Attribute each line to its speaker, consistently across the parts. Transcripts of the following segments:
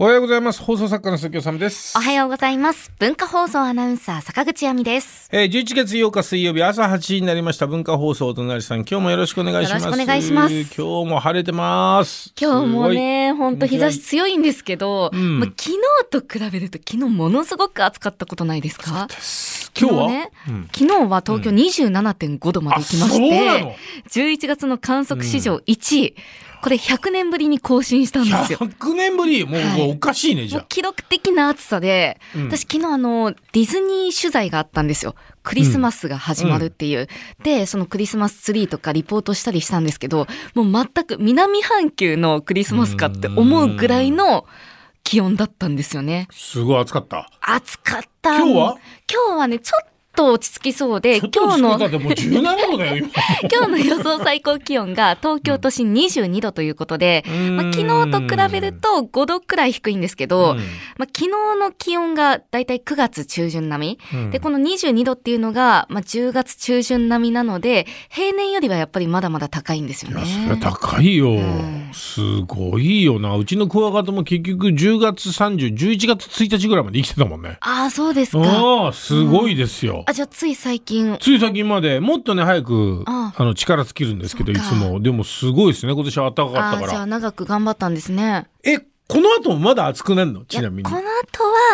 Speaker 1: おはようございます。放送作家の鈴木治です。
Speaker 2: おはようございます。文化放送アナウンサー坂口亜美です。
Speaker 1: えー、11月8日水曜日朝8時になりました。文化放送お隣さん、今日もよろしくお願いします。
Speaker 2: よろしくお願いします
Speaker 1: 今日も晴れてます。
Speaker 2: 今日もね、本当日差し
Speaker 1: す
Speaker 2: 強いんですけど、
Speaker 1: ん
Speaker 2: まあ昨日と比べると昨日ものすごく暑かったことないですか
Speaker 1: ごい。今日は、
Speaker 2: 昨日ね
Speaker 1: うん
Speaker 2: 昨日は東京27.5度まで行きまし
Speaker 1: あそうな
Speaker 2: て
Speaker 1: の、
Speaker 2: 11月の観測史上1位、これ100年ぶりに更新したんですよ。
Speaker 1: 100年ぶり、もう、
Speaker 2: はい
Speaker 1: おかしいね、じ
Speaker 2: も
Speaker 1: ゃ
Speaker 2: う記録的な暑さで、
Speaker 1: うん
Speaker 2: 私昨日あの、ディズニー取材があったんですよ。クリスマスが始まるっていう。で、そのクリスマスツリーとかリポートしたりしたんですけど、もう全く南半球のクリスマスかって思うぐらいの気温だったんですよね
Speaker 1: あ。。すごい暑かった。
Speaker 2: 暑かった。
Speaker 1: 今日は
Speaker 2: 今日はね、ちょっと落ち着きそうで、
Speaker 1: ちょっと
Speaker 2: 今日の
Speaker 1: だっ、てもう17度だよ、
Speaker 2: 今日の予想最高気温が東京都心22度ということで、
Speaker 1: 今。
Speaker 2: まあ、昨日と比べると5度くらい低いんですけど、
Speaker 1: うん、
Speaker 2: まあ、昨日の気温がだいたい9月中旬並み。
Speaker 1: うん
Speaker 2: で、この22度っていうのが、まあ、10月中旬並みなので、平年よりはやっぱりまだまだ高いんですよ
Speaker 1: い
Speaker 2: ね
Speaker 1: や、。それ高いよ、
Speaker 2: うん
Speaker 1: すごいよな。うちのクワガタも結局10月30、11月1日ぐらいまで生きてたもんね。
Speaker 2: ああ、そうですか。
Speaker 1: ああ、すごいですよ。
Speaker 2: あ、じゃあつい最近。
Speaker 1: つい先までもっとね早くあ
Speaker 2: あ
Speaker 1: の力尽きるんですけどい
Speaker 2: そっか
Speaker 1: つもでもすごいですね今年は暖かか
Speaker 2: あ
Speaker 1: った
Speaker 2: あ、
Speaker 1: か
Speaker 2: じゃあ
Speaker 1: ら
Speaker 2: 長く頑張ったんですね。
Speaker 1: えこの後もまだ暑くなるの
Speaker 2: い
Speaker 1: ち
Speaker 2: や
Speaker 1: なみに
Speaker 2: この後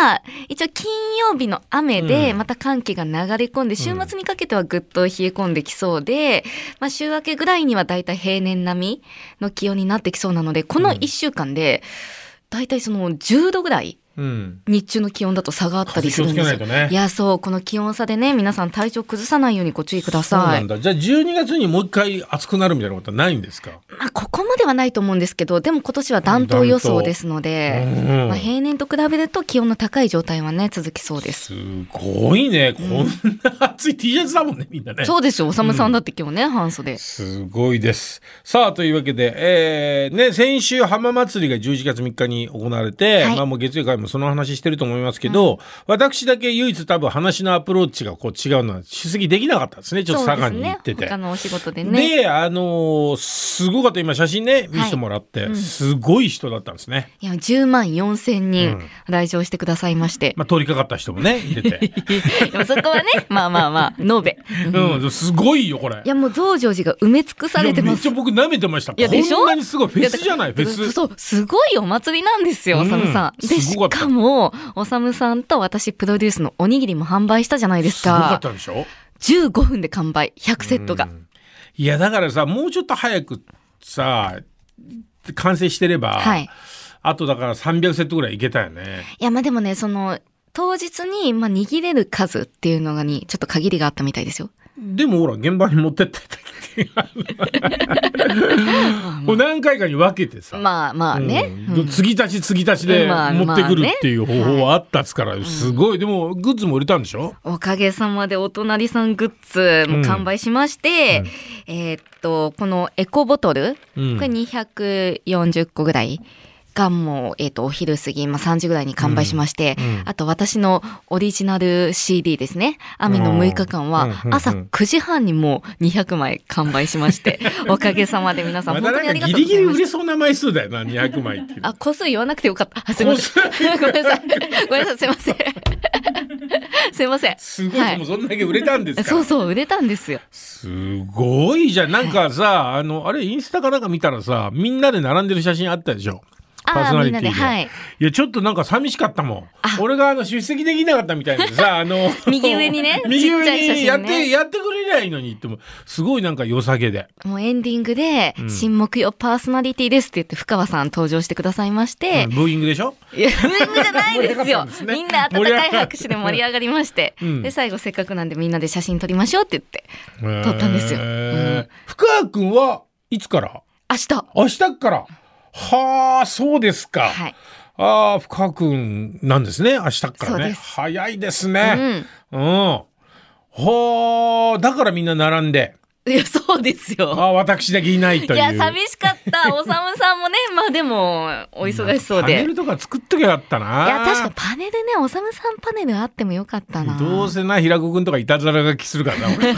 Speaker 2: は、一応金曜日の雨で、
Speaker 1: うん
Speaker 2: また寒気が流れ込んで、週末にかけてはぐっと冷え込んできそうで、まあ週明けぐらいにはだいたい平年並みの気温になってきそうなので、この1週間で、だいたいその10度ぐらい、
Speaker 1: うん
Speaker 2: 日中の気温だと差があったりするんです
Speaker 1: 風
Speaker 2: よ。
Speaker 1: 気をつけないとね
Speaker 2: や、そう、この気温差でね、皆さん体調崩さないようにご注意くだ
Speaker 1: そう
Speaker 2: さ
Speaker 1: ないん。だじゃあ12月にもう一回暑くなるみたいなことはないんですか
Speaker 2: まあ、ここまではないと思うんですけど、でも今年は暖冬予想ですの
Speaker 1: う
Speaker 2: で、
Speaker 1: ん
Speaker 2: まあ、平年と比べると気温の高い状態はね、続きそうです。
Speaker 1: すごいねこんな暑い T シャツだもんねみんなね
Speaker 2: そうですよ。おさむさんだって今日ね、半袖。
Speaker 1: すごいです。さあ、というわけで、えーね、先週浜祭りが11月3日に行われて、
Speaker 2: はい
Speaker 1: まあもう月曜会もその話してると思いますけど、私だけ唯一多分話のアプローチがこう違うのはしすぎできなかったんですね。ちょっと佐賀に行って
Speaker 2: そうですね
Speaker 1: て。
Speaker 2: 他のお仕事で
Speaker 1: で
Speaker 2: ね。
Speaker 1: あのーすごかった。今写真ね、見せてもらって、
Speaker 2: うん
Speaker 1: すごい人だったんですね。
Speaker 2: いや、10万4
Speaker 1: う
Speaker 2: 千人
Speaker 1: ん
Speaker 2: 来場してくださいまして。
Speaker 1: まあ通りかかった人も ね、いてて。
Speaker 2: でもそこはね、まあまあまあ、延べ。うん
Speaker 1: うん、すごいよ、これ。
Speaker 2: いや、もう増上寺が埋め尽くされ
Speaker 1: い
Speaker 2: て
Speaker 1: やめ
Speaker 2: ま
Speaker 1: っち
Speaker 2: す
Speaker 1: ゃ。僕舐めてました。
Speaker 2: いやでしょ
Speaker 1: こんなにすごい。フェスじゃない、
Speaker 2: や
Speaker 1: フ
Speaker 2: だ
Speaker 1: ェ
Speaker 2: から
Speaker 1: ス。
Speaker 2: そう、すごいお祭りなんですよ、
Speaker 1: う
Speaker 2: お
Speaker 1: ん
Speaker 2: さむさん。で、
Speaker 1: す
Speaker 2: し
Speaker 1: ごかった
Speaker 2: かも、おさむさんと私プロデュースのおにぎりも販売したじゃないです
Speaker 1: すごかっ
Speaker 2: か。
Speaker 1: たでしょ
Speaker 2: 15分で完売、100セットが
Speaker 1: う。んいやだからさもうちょっと早くさ完成してれば、
Speaker 2: はい。
Speaker 1: あとだから300セットぐらいいけたよね
Speaker 2: いや、まあでもね、その、当日に、まあ、握れる数っていうのがに、ちょっと限りがあったみたいですよ。
Speaker 1: でもほら現場に持ってってた これ何回かに分けてさ、
Speaker 2: まあまあね。
Speaker 1: うん継ぎ足し継ぎ足しで
Speaker 2: まあ
Speaker 1: 持ってくる
Speaker 2: まあね
Speaker 1: っていう方法はあったっつから、すごいでもグッズも売れたんでしょ
Speaker 2: おかげさまでお隣さんグッズも完売しまして、えーっと、このエコボトル、
Speaker 1: うん
Speaker 2: これ240個ぐらいがもう、えーっと、お昼過ぎ、まあ3時ぐらいに完売しまして、
Speaker 1: うんうん
Speaker 2: あと私のオリジナル CD ですね。アミの6日間
Speaker 1: うん
Speaker 2: は
Speaker 1: うんうんうん
Speaker 2: 朝9時半にもう200枚完売し まして、おかげさまで皆さん
Speaker 1: ま
Speaker 2: 本
Speaker 1: だ
Speaker 2: 当に
Speaker 1: な
Speaker 2: あ
Speaker 1: ん
Speaker 2: り
Speaker 1: か
Speaker 2: がと
Speaker 1: ギ
Speaker 2: うご
Speaker 1: リギ
Speaker 2: ざい
Speaker 1: リ売れそう
Speaker 2: ました。
Speaker 1: な枚数だよな200枚っていう
Speaker 2: あ、個数言わなくてよかった。あ、すいません。 ごめんなさい。ごめんなさい。すいません。 すいません。
Speaker 1: すごい、
Speaker 2: はい
Speaker 1: でもそんだけ売れたんですから
Speaker 2: そうそう、売れたんですよ。
Speaker 1: すごいじゃん。なんかさ、あの、あれ、インスタかなんか見たらさ、みんなで並んでる写真あったでしょ。パー
Speaker 2: あ
Speaker 1: ソ
Speaker 2: あ、
Speaker 1: ナ
Speaker 2: み
Speaker 1: リ
Speaker 2: ん
Speaker 1: テ
Speaker 2: な
Speaker 1: ィで。
Speaker 2: で、はい。
Speaker 1: いや、ちょっとなんか寂しかったもん
Speaker 2: あ。
Speaker 1: 俺があの出席できなかったみたいでさ、あの、
Speaker 2: 右上にね
Speaker 1: 右上
Speaker 2: ちっちゃい写
Speaker 1: に
Speaker 2: 真
Speaker 1: やって、
Speaker 2: ね
Speaker 1: やってくれりゃいいのにっても、すごいなんか良さげで。
Speaker 2: もうエンディングで、新木曜パーソナリティですって言って、深川さん登場してくださいまし
Speaker 1: う
Speaker 2: て
Speaker 1: ん、ブーイングでしょ
Speaker 2: いや、ブーイングじゃないです
Speaker 1: 盛り上がった
Speaker 2: よ
Speaker 1: んです。ね
Speaker 2: みんな温かい拍手で盛り上がりまして、
Speaker 1: うん
Speaker 2: で、最後せっかくなんでみんなで写真撮りましょうって言って、
Speaker 1: 撮
Speaker 2: ったんですようん
Speaker 1: 福川くんはいつから
Speaker 2: 明日。
Speaker 1: 明日からはあ、そうですか。
Speaker 2: はい。
Speaker 1: ああ、深川くんなんですね。明日か
Speaker 2: そう
Speaker 1: らね
Speaker 2: で。す
Speaker 1: 早いです
Speaker 2: う
Speaker 1: ね。
Speaker 2: ん。
Speaker 1: うん。ほー、だからみんな並んで、
Speaker 2: いや、そうです
Speaker 1: あ
Speaker 2: よ。
Speaker 1: あ、私だけいない
Speaker 2: い
Speaker 1: という。
Speaker 2: や、寂し かった。おさむさんもね、まあでも、お忙しそう
Speaker 1: パ
Speaker 2: で。
Speaker 1: ネルとか作っときゃよかったな。
Speaker 2: いや、確かパネルね、おさむさんパネルあってもよかったな。
Speaker 1: どうせな、平子くんとかいたずら書きするからな、俺。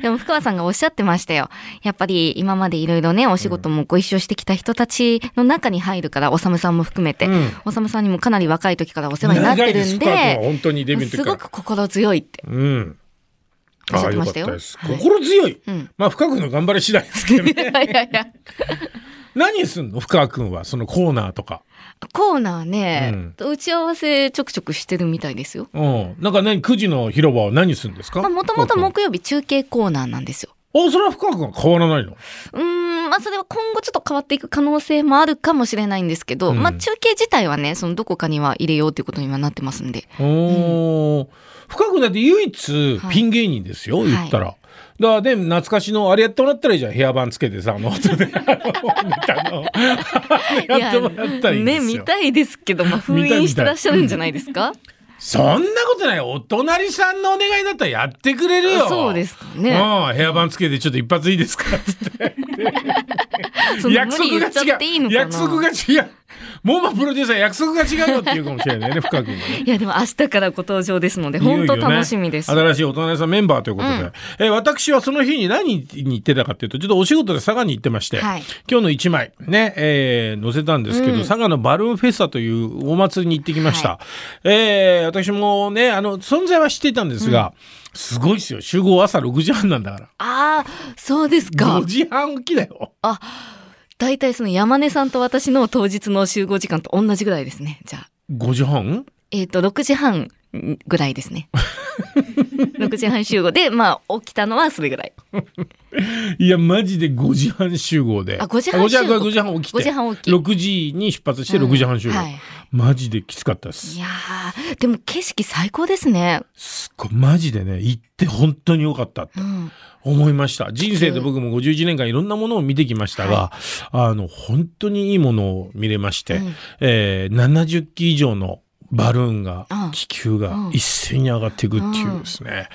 Speaker 2: でも、福川さんがおっしゃってましたよ。やっぱり、今までいろいろね、お仕事もご一緒してきた人たちの中に入るから、おさむさんも含めて、
Speaker 1: うん
Speaker 2: おさむさんにもかなり若い時からお世話になってるん
Speaker 1: 長いです深川君は
Speaker 2: で、
Speaker 1: 本当にデビューの時
Speaker 2: す
Speaker 1: から
Speaker 2: ごく心強いって
Speaker 1: うん。
Speaker 2: おっしゃってましたよ。
Speaker 1: ああかったです
Speaker 2: はい
Speaker 1: 心強い。
Speaker 2: うん。
Speaker 1: まあ、深くの頑張り次第ですけど
Speaker 2: い
Speaker 1: ね。
Speaker 2: やいやいや。
Speaker 1: 何すんの深くんは、そのコーナーとか。
Speaker 2: コーナーね、
Speaker 1: うん
Speaker 2: 打ち合わせちょくちょくしてるみたいですよ。
Speaker 1: うん。なんか何、9時の広場は何するんですか
Speaker 2: まあ、もともと
Speaker 1: 深川君
Speaker 2: 木曜日中継コーナーなんですよ。
Speaker 1: お、それは深くんは変わらないの
Speaker 2: うーん、まあ、それは今後ちょっと変わっていく可能性もあるかもしれないんですけど、
Speaker 1: うん
Speaker 2: まあ、中継自体はね、そのどこかには入れようということにはなってますんで。
Speaker 1: おー深くだって唯一
Speaker 2: はい
Speaker 1: ピン芸人ですよ、
Speaker 2: はい
Speaker 1: 言ったら。だからで懐かしのあれやってもらったらいいじゃんヘアバンつけて さあの音であのネタのあれやってもらったらいいんですよ。
Speaker 2: ね、見たいですけど、まあ、封
Speaker 1: 見たい
Speaker 2: 印してらっしゃるんじゃないですか
Speaker 1: そんなことないお隣さんのお願いだったらやってくれるよ。。
Speaker 2: そうですすかね。
Speaker 1: うん、ヘアバンつけてちょっと一発いいですかっつって
Speaker 2: その無
Speaker 1: 約
Speaker 2: 理
Speaker 1: 束
Speaker 2: 言
Speaker 1: が
Speaker 2: っちゃっていい
Speaker 1: 違
Speaker 2: の
Speaker 1: う
Speaker 2: かな
Speaker 1: 約束が違うモーマプロデューサー約束が違うよって言うかもしれないね深くんがね。
Speaker 2: いや、でも明日からご登場ですので、本
Speaker 1: いよ
Speaker 2: 当
Speaker 1: いよね
Speaker 2: 楽しみです。
Speaker 1: 新しいお隣さんメンバーということで、
Speaker 2: うん
Speaker 1: えー私はその日に何に行ってたかっていうとちょっとお仕事で佐賀に行ってまして、
Speaker 2: はい
Speaker 1: 今日の1枚ね、えー載せたんですけど、
Speaker 2: うん
Speaker 1: 佐賀のバルーンフェスタというお祭りに行ってきました、えー私もねあの存在は知っていたんですが、すごいですよ集合朝6時半なんだから
Speaker 2: ああ、そうですか
Speaker 1: 5。時半起きだよ
Speaker 2: 大体その山根さんと私の当日の集合時間と同じぐらいですね。じゃあ。
Speaker 1: 5時半
Speaker 2: えっ、と、6時半ぐらいですね。6時半集合で、まあ、起きたのはそれぐらい。
Speaker 1: いやマジで5時半集合で
Speaker 2: あ5時半集合
Speaker 1: 5時半起きて
Speaker 2: 5時半起き。
Speaker 1: 6時に出発して6時半集合、
Speaker 2: うんはい。
Speaker 1: マジできつかったです
Speaker 2: いやー、でも景色最高ですね。
Speaker 1: すっごいマジでね行って本当に良かったって
Speaker 2: うん。
Speaker 1: 思いました人生で僕も51年間いろんなものを見てきましたが、あの本当にいいものを見れまして、
Speaker 2: うん
Speaker 1: えー70機以上のバルーンが、
Speaker 2: うん
Speaker 1: 気球
Speaker 2: う
Speaker 1: が
Speaker 2: ん
Speaker 1: 一斉に上がっていくっていうですね、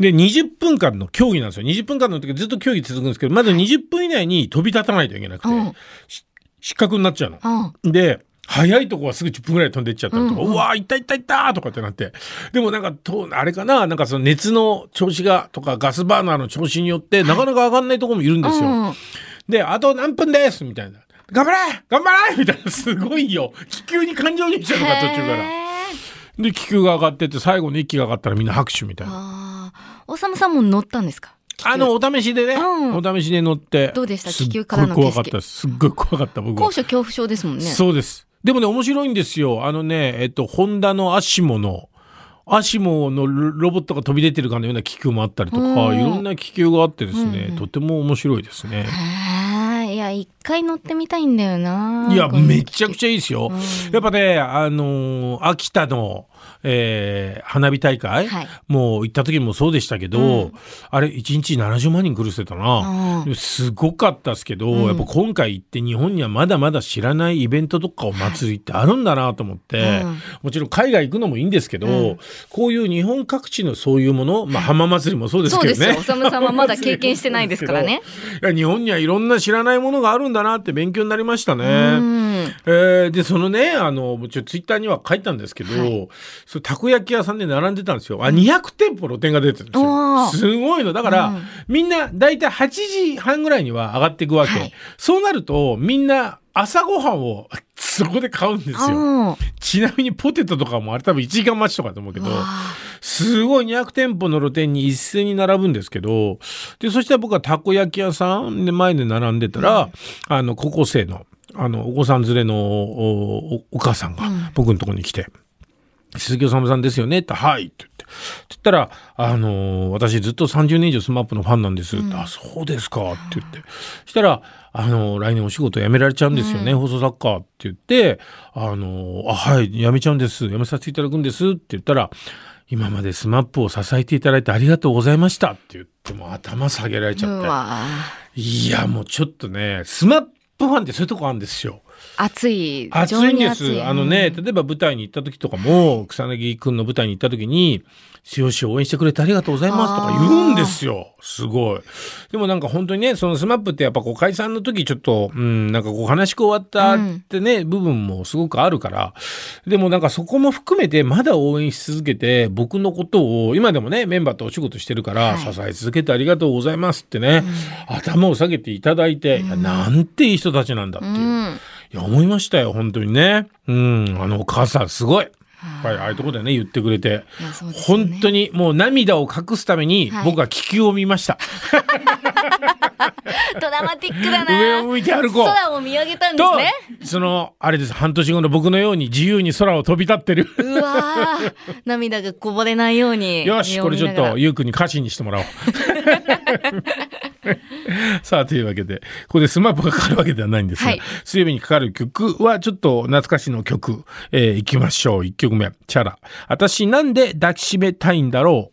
Speaker 1: で20分間の競技なんですよ20分間の時ずっと競技続くんですけどまず20分以内に飛び立たないといけなくて、
Speaker 2: うん
Speaker 1: し失格になっちゃうの。
Speaker 2: うん。
Speaker 1: で早いとこはすぐ10分ぐらい飛んでっちゃったりとか、
Speaker 2: う
Speaker 1: うん
Speaker 2: うん
Speaker 1: わーいったいったいったとかってなってでもなんかとあれかななんかその熱の調子がとかガスバーナーの調子によってなかなか上がんないとこもいるんですよ。
Speaker 2: うん
Speaker 1: であと何分ですみたいな「頑張れ頑張れ!」みたいなすごいよ気球に感情移入しちゃうのか途中から。
Speaker 2: へー
Speaker 1: で気球が上がってって最後の一気が上がったらみんな拍手みたいな。
Speaker 2: ああ。おさむさんも乗ったんですか
Speaker 1: あのお試しでね、
Speaker 2: うん
Speaker 1: お試しで乗って
Speaker 2: どうでした
Speaker 1: すっ
Speaker 2: 気球からの
Speaker 1: ごい
Speaker 2: 景
Speaker 1: 怖かっ
Speaker 2: 色
Speaker 1: たですすっごい怖かった僕は
Speaker 2: 高。所恐怖症ですもんね。
Speaker 1: そうです。でもね、面白いんですよ。あのね、えっと、ホンダのアシモの、アシモのロロボットが飛び出てるかのような気球もあったりとか、
Speaker 2: うん
Speaker 1: いろんな気球があってですね、
Speaker 2: うんうん
Speaker 1: とても面白いですね。
Speaker 2: へーいや、一回乗ってみたいんだよな。
Speaker 1: いや、
Speaker 2: この
Speaker 1: めちゃくちゃいいですよ。
Speaker 2: うん
Speaker 1: やっぱね、あのー秋田の、えー花火大会、
Speaker 2: はい
Speaker 1: もう行った時もそうでしたけど、
Speaker 2: うん
Speaker 1: あれ、1日70万人来るってたな。
Speaker 2: うん
Speaker 1: でもすごかったですけど、
Speaker 2: うん
Speaker 1: やっぱ今回行って日本にはまだまだ知らないイベントとかお祭りってあるんだなと思って、
Speaker 2: うん
Speaker 1: もちろん海外行くのもいいんですけど、
Speaker 2: うん
Speaker 1: こういう日本各地のそういうもの、まあ、浜祭りもそうです
Speaker 2: そう
Speaker 1: け
Speaker 2: で
Speaker 1: ど
Speaker 2: すよ。
Speaker 1: ね
Speaker 2: お。さむさんはまだ経験してないですからね。
Speaker 1: いや日本にはいろんな知らないものがあるんだなって勉強になりましたね。
Speaker 2: うん。
Speaker 1: えーでそのねあのちょツイッターには書いたんですけど、
Speaker 2: は
Speaker 1: そうたこ焼き屋さんで並んでたんですよあ200店舗露店が出てるんです
Speaker 2: お
Speaker 1: よ
Speaker 2: ー
Speaker 1: すごいのだから、
Speaker 2: うん
Speaker 1: みんな大体8時半ぐらいには上がっていくわけ、
Speaker 2: はい
Speaker 1: そうなるとみんな朝ごはんをそこで買うんですよ
Speaker 2: あ
Speaker 1: ちなみにポテトとかもあれ多分1時間待ちとかだと思うけ
Speaker 2: ー
Speaker 1: ど
Speaker 2: うわ
Speaker 1: すごい200店舗の露店に一斉に並ぶんですけどでそしたら僕はたこ焼き屋さんで前で並んでたら、あの高校生のあのお子さん連れのおおお母さんが
Speaker 2: うん
Speaker 1: 僕のところに来て。鈴木おさむさんですよねって、はいって言って。って言ったら、あのー私ずっと30年以上スマップのファンなんですって、
Speaker 2: うん
Speaker 1: あ、そうですかって言って。そしたら、あのー来年お仕事辞められちゃうんですよね、放送作家って言って、あのーあ、はい、辞めちゃうんです。辞めさせていただくんですって言ったら、今までスマップを支えていただいてありがとうございましたって言って、もう頭下げられち
Speaker 2: ーう
Speaker 1: ゃって。
Speaker 2: わー
Speaker 1: いや、もうちょっとね、スマップファンってそういうとこあるんですよ。
Speaker 2: あ暑い。
Speaker 1: 暑
Speaker 2: 情
Speaker 1: いん
Speaker 2: に
Speaker 1: で
Speaker 2: 暑
Speaker 1: す。あのね、例えば舞台に行った時とかも、草薙くんの舞台に行った時に、剛を応援してくれてありがとうございますとか言うんですよ。すごい。でもなんか本当にね、そのスマップってやっぱこう解散の時ちょっと、うん、なんかこう悲しく終わったってね、部分もすごくあるから、でもなんかそこも含めてまだ応援し続けて、僕のことを、今でもね、メンバーとお仕事してるから、
Speaker 2: はい
Speaker 1: 支え続けてありがとうございますってね、頭を下げていただいて、いやなんていい人たちなんだって
Speaker 2: う
Speaker 1: いう。
Speaker 2: ん。
Speaker 1: いや、思いましたよ、本当にね。うん、あのお母さん、すごい。やっぱりああいうところでね、言ってくれて。
Speaker 2: いやそうですよね
Speaker 1: 本当にもう涙を隠すために
Speaker 2: はい
Speaker 1: 僕は気球を見ました。
Speaker 2: ドラマティックだ
Speaker 1: 上を
Speaker 2: な。
Speaker 1: 向いて歩こう。
Speaker 2: 空を見上げたんですね。
Speaker 1: と、その、あれです。半年後の僕のように自由に空を飛び立ってる。
Speaker 2: うわー涙がこぼれないように。
Speaker 1: よし、
Speaker 2: 身
Speaker 1: こ
Speaker 2: を
Speaker 1: れ
Speaker 2: 見
Speaker 1: ちょ
Speaker 2: な
Speaker 1: っ
Speaker 2: がら
Speaker 1: と、ゆうくんに歌詞にしても らおう。さあ、というわけで、ここでスマップがかかるわけではないんですが、
Speaker 2: はい
Speaker 1: 水曜日にかかる曲は、ちょっと懐かしの曲、えーいきましょう。1曲目、チャラ。私なんで抱きしめたいんだろう。